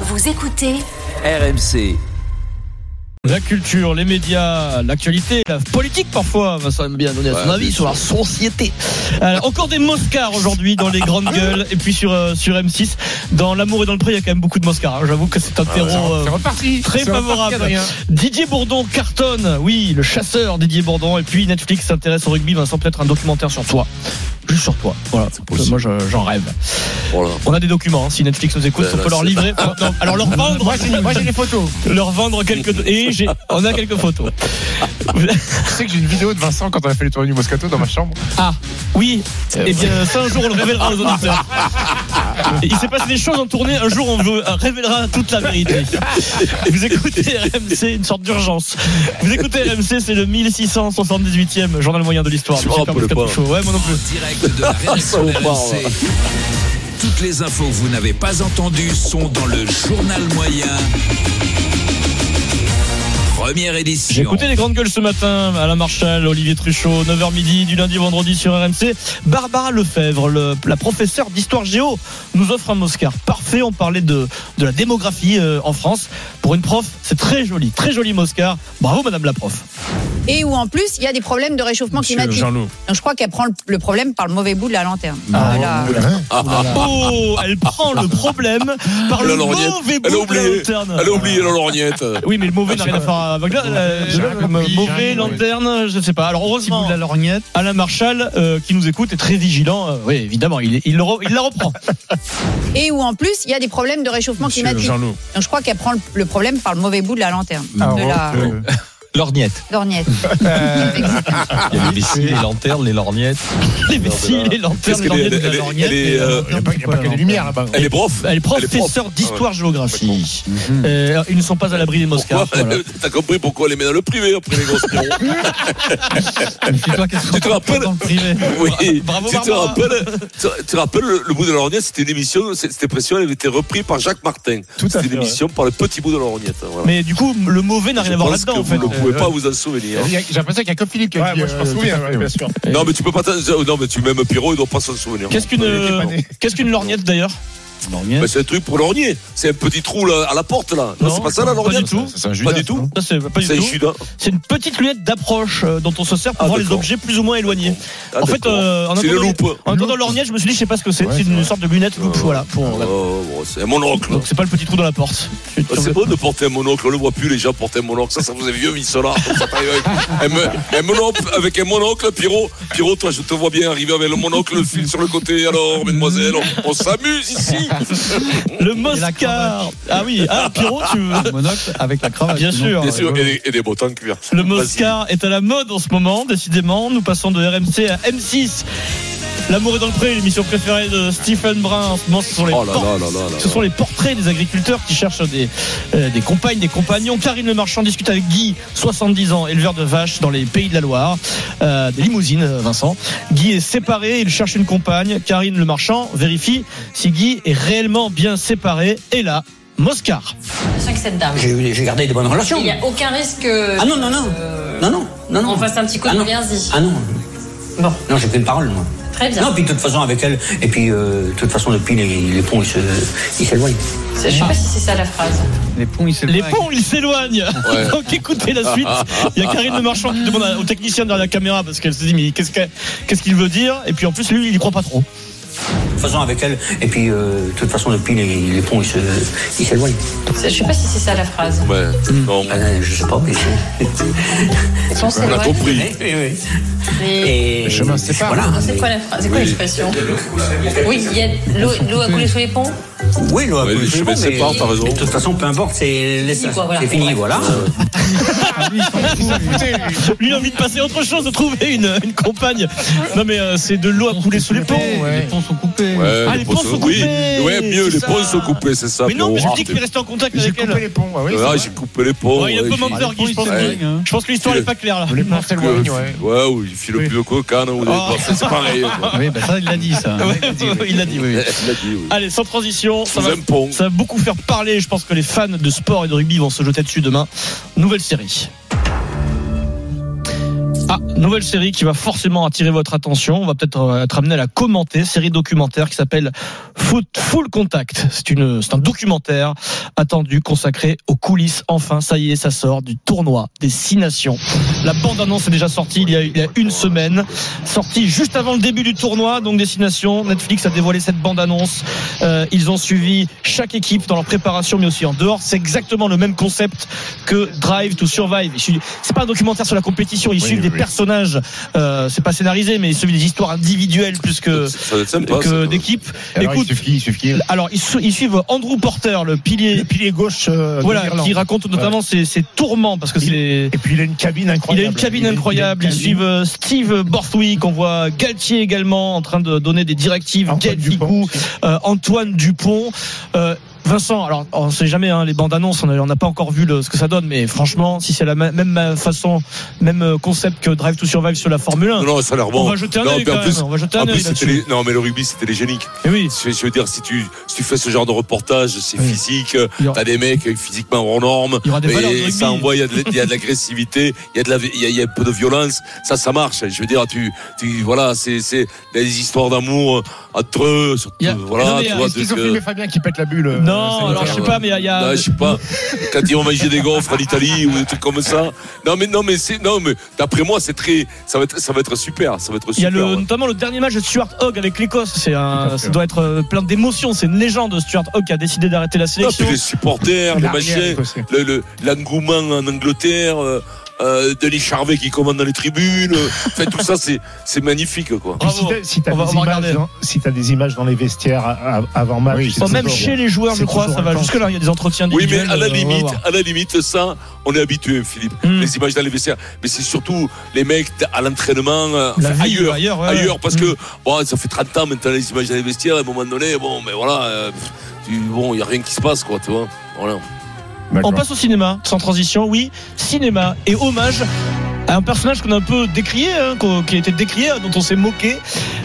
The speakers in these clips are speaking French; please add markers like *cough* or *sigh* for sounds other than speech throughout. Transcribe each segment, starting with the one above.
Vous écoutez RMC. La culture, les médias, l'actualité, la politique parfois, Vincent aime bien donner à son Ouais, avis bien sur la société. Euh, encore des moscars aujourd'hui dans les grandes gueules et puis sur, euh, sur M6. Dans l'amour et dans le prix, il y a quand même beaucoup de moscars. hein. J'avoue que c'est un terreau euh, reparti. très favorable. Didier Bourdon cartonne, oui, le chasseur Didier Bourdon. Et puis Netflix s'intéresse au rugby, Vincent, peut-être un documentaire sur toi. Juste sur toi. Voilà. possible. Moi, je- j'en rêve. Oh là. On a des documents. hein. Si Netflix nous écoute, Ben on là, peut leur c'est- *laughs* livrer. Non, alors leur vendre. Moi j'ai des photos. leur vendre quelques et j'ai on a quelques *laughs* photos. Tu sais que j'ai une vidéo de Vincent quand on a fait les tournées du Moscato dans ma chambre. Ah oui, et bien ça un jour on le révélera aux auditeurs. Il s'est passé des choses en tournée, un jour on veut- euh, révélera toute la vérité. Vous écoutez RMC, une sorte d'urgence. Vous écoutez RMC, c'est le 1678e journal moyen de l'histoire. du Oh, Super pour le Moscato pauvre. Show. Ouais, moi non plus. Direct de la *laughs* rédaction Ça va, RMC. Toutes les infos que vous n'avez pas entendues sont dans le journal moyen. Première édition. J'ai écouté les grandes gueules ce matin, Alain Marchal, Olivier Truchot, 9h midi, du lundi au vendredi sur RMC. Barbara Lefebvre, le- la professeure d'histoire géo, nous offre un Moscar. Parfait, on parlait de, de la démographie euh, en France. Pour une prof, c'est très joli, très joli Moscar. Bravo Madame la prof. et où en plus il y a des problèmes de réchauffement climatique. Donc je crois qu'elle prend le- le problème par le mauvais bout de la lanterne. Voilà. Ah, Oh, elle prend le problème par Elle le a lorgnette. mauvais bout Elle de a la oublié. lanterne. Elle a oublié la lorgnette. Oui, mais le mauvais n'a Ah, rien à faire avec la, la- J'ai la- compris, la- j'ai mauvais compris. lanterne, je ne sais pas. Alors heureusement, Alain Marchal euh, qui nous écoute est très vigilant. Euh, oui, évidemment, il, est- il, le re- il la *laughs* reprend. Et où en plus il y a des problèmes de réchauffement climatique. Donc je crois qu'elle prend le- le problème par le mauvais bout de la lanterne. Ah, de oh, la euh, Lorgnette. lorgnette. Il y a les vessies, les lanternes, les lorgnettes. les vessies, les lanternes, Qu'est-ce les qu'elle est- lanternes, elle la est- lorgnette, elle est, et la- euh, Il n'y a pas, il y a pas que des lumières là-bas. Elle est prof. Elle est elle est professeure prof. Ah d'histoire-géographie. Euh, ils ne sont pas à l'abri des Pourquoi *laughs* Moscars. voilà. T'as compris pourquoi elle les met dans le privé après les grosses pions Tu te rappelles Dans le privé. Oui. *laughs* Bravo, tu, te Barbara. rappelles, tu, tu te rappelles le, le bout de la lorgnette C'était une émission, c'est- cette émission elle avait été reprise par Jacques Martin. Tout à C'était fait, une émission par le petit bout de la lorgnette. Voilà. Mais du coup, le mauvais n'a rien je à voir pense là-dedans, que en fait. Euh, vous ne pouvez pas vous en souvenir. hein. Il y a- J'ai l'impression qu'il n'y a que Philippe qui a dit. euh, moi, je pense hein, bien sûr. *laughs* Non, mais tu peux pas t'en- Non, mais tu même Pierrot, il ne doit pas s'en souvenir. Euh, Qu'est-ce qu'une euh, Il était pas né. qu'est-ce qu'une lorgnette d'ailleurs Mais c'est un truc pour l'ornier. C'est un petit trou là, à la porte là. Non, c'est pas ça la Pas lorgnette. du tout. C'est un Pas du tout. Ça, c'est pas du C'est un tout. Judas. C'est une petite lunette d'approche euh, dont on se sert pour Ah, voir les d'accord. objets plus ou moins éloignés. Ah, en fait, d'accord. euh, en c'est le entendant- loupe. En entendant lorgnette, je me suis dit, je sais pas ce que c'est. c'est une sorte de lunette loupe, voilà. Pour... Oh, bon, c'est un monocle. Donc c'est pas le petit trou dans la porte. Ah, C'est bon de porter un monocle, on le voit plus les gens porter un monocle. Ça, ça vous est vieux, mis cela. Ça t'arrive avec un, mo- un monocle, avec un monocle, Pierrot. Pierrot, toi, je te vois bien arriver avec le monocle, le fil sur le côté. Alors, mesdemoiselles, on, on s'amuse ici. Ah, Le Moscar Ah oui, ah Pierrot, tu veux Monocle avec la cravate. Bien sûr. Bien sûr, et, des- et des bottes en cuir. Le Vas-y. Moscar est à la mode en ce moment, décidément. Nous passons de RMC à M6. L'amour est dans le pré, l'émission préférée de Stephen Brun. En ce moment, ce sont les, Oh là por- là là là là ce sont les portraits des agriculteurs qui cherchent des, euh, des compagnes, des compagnons. Karine Le Marchand discute avec Guy, 70 ans, éleveur de vaches dans les pays de la Loire, euh, des limousines, euh, Vincent. Guy est séparé, il cherche une compagne. Karine Le Marchand vérifie si Guy est réellement bien séparé. Et là, Moscar. Attention avec cette dame. J'ai eu- j'ai gardé de bonnes relations. Il n'y a aucun risque. que- Ah non, non, non. euh, Non, non, non, non. On fasse un petit coup de Ah non. bien-y. Ah non. Bon. Non, j'ai qu'une parole, moi. Très bien. Non, puis de toute façon, avec elle, et puis euh, de toute façon, depuis les, les ponts, ils se- ils s'éloignent. Je ne sais pas si c'est ça la phrase. Les ponts, ils Les ponts, ils s'éloignent. Ouais. *laughs* Donc écoutez la suite. Il y a Karine Le Marchand qui demande à- au technicien derrière la caméra parce qu'elle se dit mais qu'est-ce que- qu'est-ce qu'il veut dire Et puis en plus lui il y croit pas trop. De toute façon, avec elle, et puis euh, de toute façon, depuis les, les ponts, ils se- ils s'éloignent. Je ne sais pas si c'est ça la phrase. Ouais, non, Ah, non, je sais pas, mais. On on a s'éloigne. compris. *laughs* oui, oui. Mais- Et. Le chemin se sépare. Voilà. C'est quoi la phrase C'est quoi l'expression Oui, il y a l'eau l'eau a coulé sous les ponts. Oui, l'eau a Ouais, coulé les sous les chemins ponts, se séparent, mais- t'as raison. mais De toute façon, peu importe, c'est laisse- Fini, quoi, voilà. c'est fini, Ouais. voilà. *laughs* Lui il a envie de passer à autre chose, de trouver une, une compagne. Non mais euh, c'est de l'eau à couler sous les ponts. Les ponts sont coupés. Ouais, Ah, les ponts sont oui, coupés, ouais, mieux, c'est les ça. ponts sont coupés, c'est ça. Mais non, mais je Pierrot. dis qu'il est resté en contact J'ai avec coupé elle. les ponts. Ah oui, Ah, c'est j'ai coupé les ponts. Ouais, il a ouais, un peu j'ai- menteur, Guy, je pense Ouais. que- je pense que l'histoire n'est pas claire là. vrai. Les ponts s'éloignent, ouais. Ouais, ou il file plus le cocan, ou des- Ah. bah, c'est c'est pareil. quoi. *laughs* Oui, bah ça, il l'a dit, ça. Il l'a dit, oui. Il oui. a dit, oui. Allez, sans transition, ça Sous va, un pont. ça va beaucoup faire parler. Je pense que les fans de sport et de rugby vont se jeter dessus demain. Nouvelle série. Ah, nouvelle série qui va forcément attirer votre attention. On va peut-être euh, être amené à la commenter. Série documentaire qui s'appelle Foot Full Contact. C'est une, c'est un documentaire attendu consacré aux coulisses. Enfin, ça y est, ça sort du tournoi des six nations. La bande annonce est déjà sortie il y a, il y a une semaine. Sortie juste avant le début du tournoi, donc des six nations. Netflix a dévoilé cette bande annonce. Euh, ils ont suivi chaque équipe dans leur préparation, mais aussi en dehors. C'est exactement le même concept que Drive to Survive. Ils suivent- C'est pas un documentaire sur la compétition. Ils suivent des personnages. Euh, c'est pas scénarisé, mais ils suivent des histoires individuelles plus que, Ça doit être sympa. ça. que d'équipe. Alors, Écoute, il suffit, il suffit. alors ils, su- ils suivent Andrew Porter, le pilier, Le pilier gauche euh, de voilà, l'Irlande. qui raconte notamment ses, ses tourments parce que c'est Et puis il a une cabine il incroyable. a une cabine incroyable. Ils cabine. suivent euh, Steve Borthwick. On voit Galtier également en train de donner des directives. Antoine Gaël Ficou, Dupont. euh, Antoine Dupont. Euh, Vincent, alors on sait jamais hein, les bandes annonces, on a- on n'a pas encore vu le- ce que ça donne, mais franchement, si c'est la ma- même euh, façon, même euh, concept que Drive to Survive sur la Formule 1, Non, non, ça a l'air on bon. va jeter un Non, œil puis en quand plus- même, on va jeter un En œil plus, c'était là-dessus. les- Non, mais le rugby, c'était les géniques. Mais oui, Je je veux dire, si tu, si tu fais ce genre de reportage, c'est Oui. physique, euh, Il y aura- t'as des mecs euh, physiquement hors normes, il y aura des valeurs de et rugby. ça envoie, il y a de, il y a de l'agressivité, il y a de la, il y a, il y a un peu de violence, ça, ça marche. Je veux dire, tu, tu, voilà, c'est, c'est des histoires d'amour entre eux, surtout, Il y a- voilà, Non, mais, tu euh, vois, Est-ce qu'ils ont donc, filmé Fabien qui pète la bulle euh, Non, c'est Oh, alors je clair. sais pas, mais il y a- il y a. Non, je sais pas. Quand ils vont manger des gaufres en Italie ou des trucs comme ça. Non, mais non, mais c'est non, mais d'après moi, c'est très. Ça va être, ça va être super. Ça va être Il y a super. le, ouais. notamment le dernier match de Stuart Hogg avec l'Écosse. C'est un, fait. ça doit être euh, plein d'émotions. C'est une légende, Stuart Hogg, qui a décidé d'arrêter la Non, sélection. puis Ah, les supporters, les L'arrière, machins, écossais. le- le- l'engouement en Angleterre, euh, euh, Denis Charvet qui commande dans les tribunes. euh, Enfin, tout ça, c'est c'est magnifique, quoi. Puis Bravo. Si t'as si t'as On va- on des, va images regarder. dans- si t'as des images dans les vestiaires à- à- avant match, Oui, c'est Enfin, même toujours chez bien. les joueurs, je C'est crois, toujours ça va intense. jusque-là. Il y a des entretiens Oui, mais individuels, à la euh, on va limite, voir. à la limite, ça, on est habitué, Philippe. Hmm. Les images dans les vestiaires, mais c'est surtout les mecs à l'entraînement, euh, La enfin, vie, ailleurs. ailleurs, ouais. ailleurs parce Mm. que bon, ça fait 30 ans maintenant les images dans les vestiaires à un moment donné bon mais voilà euh, tu- bon il y a rien qui se passe quoi tu vois voilà D'accord. On passe au cinéma, sans transition, oui. Cinéma et hommage à un personnage qu'on a un peu décrié, hein, qu'on- qui a été décrié, dont on s'est moqué.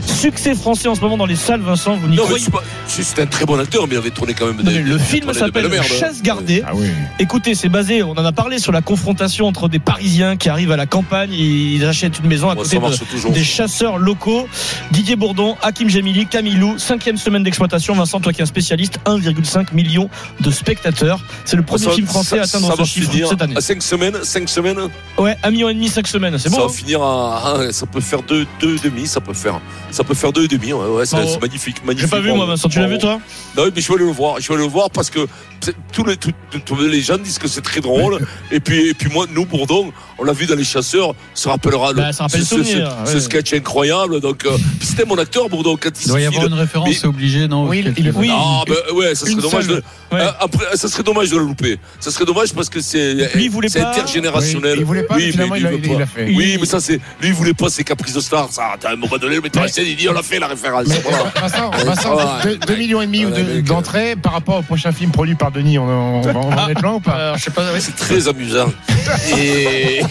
Succès français en ce moment dans les salles, Vincent, vous n'y non mais croyez c'est pas c'est- c'est un très bon acteur mais il avait tourné quand même Non, des- mais le des- film tourné des belles s'appelle merdes. Chasse gardée. Ah oui. Écoutez, c'est basé, on en a parlé, sur la confrontation entre des Parisiens qui arrivent à la campagne, ils achètent une maison à Moi, côté ça de, marche toujours des chasseurs locaux. Didier Bourdon, Hakim Gemili, Camille Lou, cinquième semaine d'exploitation. Vincent, toi qui es un spécialiste, 1,5 million de spectateurs. C'est le premier Ça- film français à ça- atteindre ça ce va chiffre finir cette année. à 5 semaines 5 semaines Ouais, un million et demi chaque semaine, c'est ça bon. hein. va finir à à- ça peut faire 2 deux, demi ça peut faire ça peut faire 2 demi ouais, ouais, c'est Bravo. c'est magnifique magnifique J'ai pas vu Bravo. moi Vincent, tu l'as vu toi Non, mais je vais aller le voir. Je vais aller le voir parce que c'est- tous les, tout- tout- tous les gens disent que c'est très drôle. Et puis, et puis moi, nous, Bourdon, on l'a vu dans Les Chasseurs, ça rappellera Bah, ça rappelle ce, ce- souvenir, ce- ce ouais. sketch incroyable. Donc, euh, puis c'était mon acteur, Bourdon, quand il Il doit y s'est avoir filé- une référence, Mais- c'est obligé, non Oui, auquel il est- tu- oui. Ah, ben ouais, ça serait Une dommage de. seule. Ouais. Euh, après, ça serait dommage de le louper. Ça serait dommage parce que c'est Lui, il voulait c'est pas. intergénérationnel. Oui, il voulait pas, mais finalement, il lui, a- veut il pas. l'a fait. Oui, mais ça, c'est. Lui, il voulait pas, c'est Caprice de Star. Ça, à un moment donné, le metteur en scène, il dit on l'a fait la référence. Voilà. Vincent, Ouais, Vincent, ça va, deux- Ah, ouais. deux millions et demi Ouais, ou de- mec, euh. d'entrées par rapport au prochain film produit par Denis, on, on va, on va en être là ou pas Euh, je sais pas. C'est très amusant. *laughs* Et...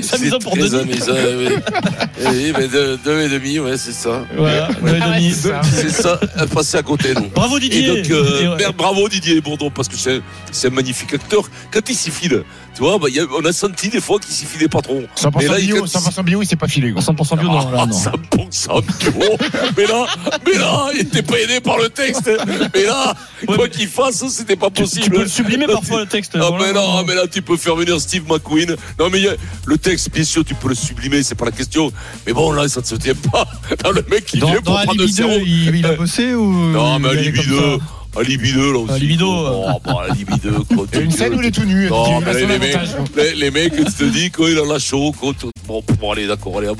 C'est amusant pour très Denis. amusant, oui. Oui, mais deux, deux et demi, ouais, c'est ça. Voilà, deux et Ah ouais, demi. c'est ça. C'est ça, passer à côté, nous. Bravo Et Didier. donc, euh, Et ouais. ben, bravo Didier Bourdon, parce que c'est c'est un magnifique acteur. Quand il s'y file, tu vois, bah, il y a- on a senti des fois qu'il s'y filait pas trop. Mais 100% là, il- bio, 100% bio, il s'est pas filé. À gros. 100% bio, non, là, Ah, non. ça me pompe, ça me gros. Mais là, mais là, il n'était pas aidé par le texte. Mais là, Ouais, quoi mais- qu'il fasse, c'était pas Tu, possible. tu peux le sublimer Là, parfois le texte. Ah voilà. mais non, mais là tu peux faire venir Steve McQueen. Non mais il y a- le texte, bien sûr, tu peux le sublimer, c'est pas la question. Mais bon là, ça ne se tient pas. *laughs* Là, le mec qui Dans, vient dans pour prendre le Alibi 2, sirop. il, il a bossé ou Non mais il est Alibi comme 2, Alibi 2 là aussi. Alibi 2, Oh, euh. bah, Alibi 2, quoi. Il y a une scène où il est tout nu. Non, il y a mais son les mecs, avantage. les, les mecs, tu te dis, quoi, il en a chaud, quoi. tout- Bon, bon, allez, d'accord, allez, à moi.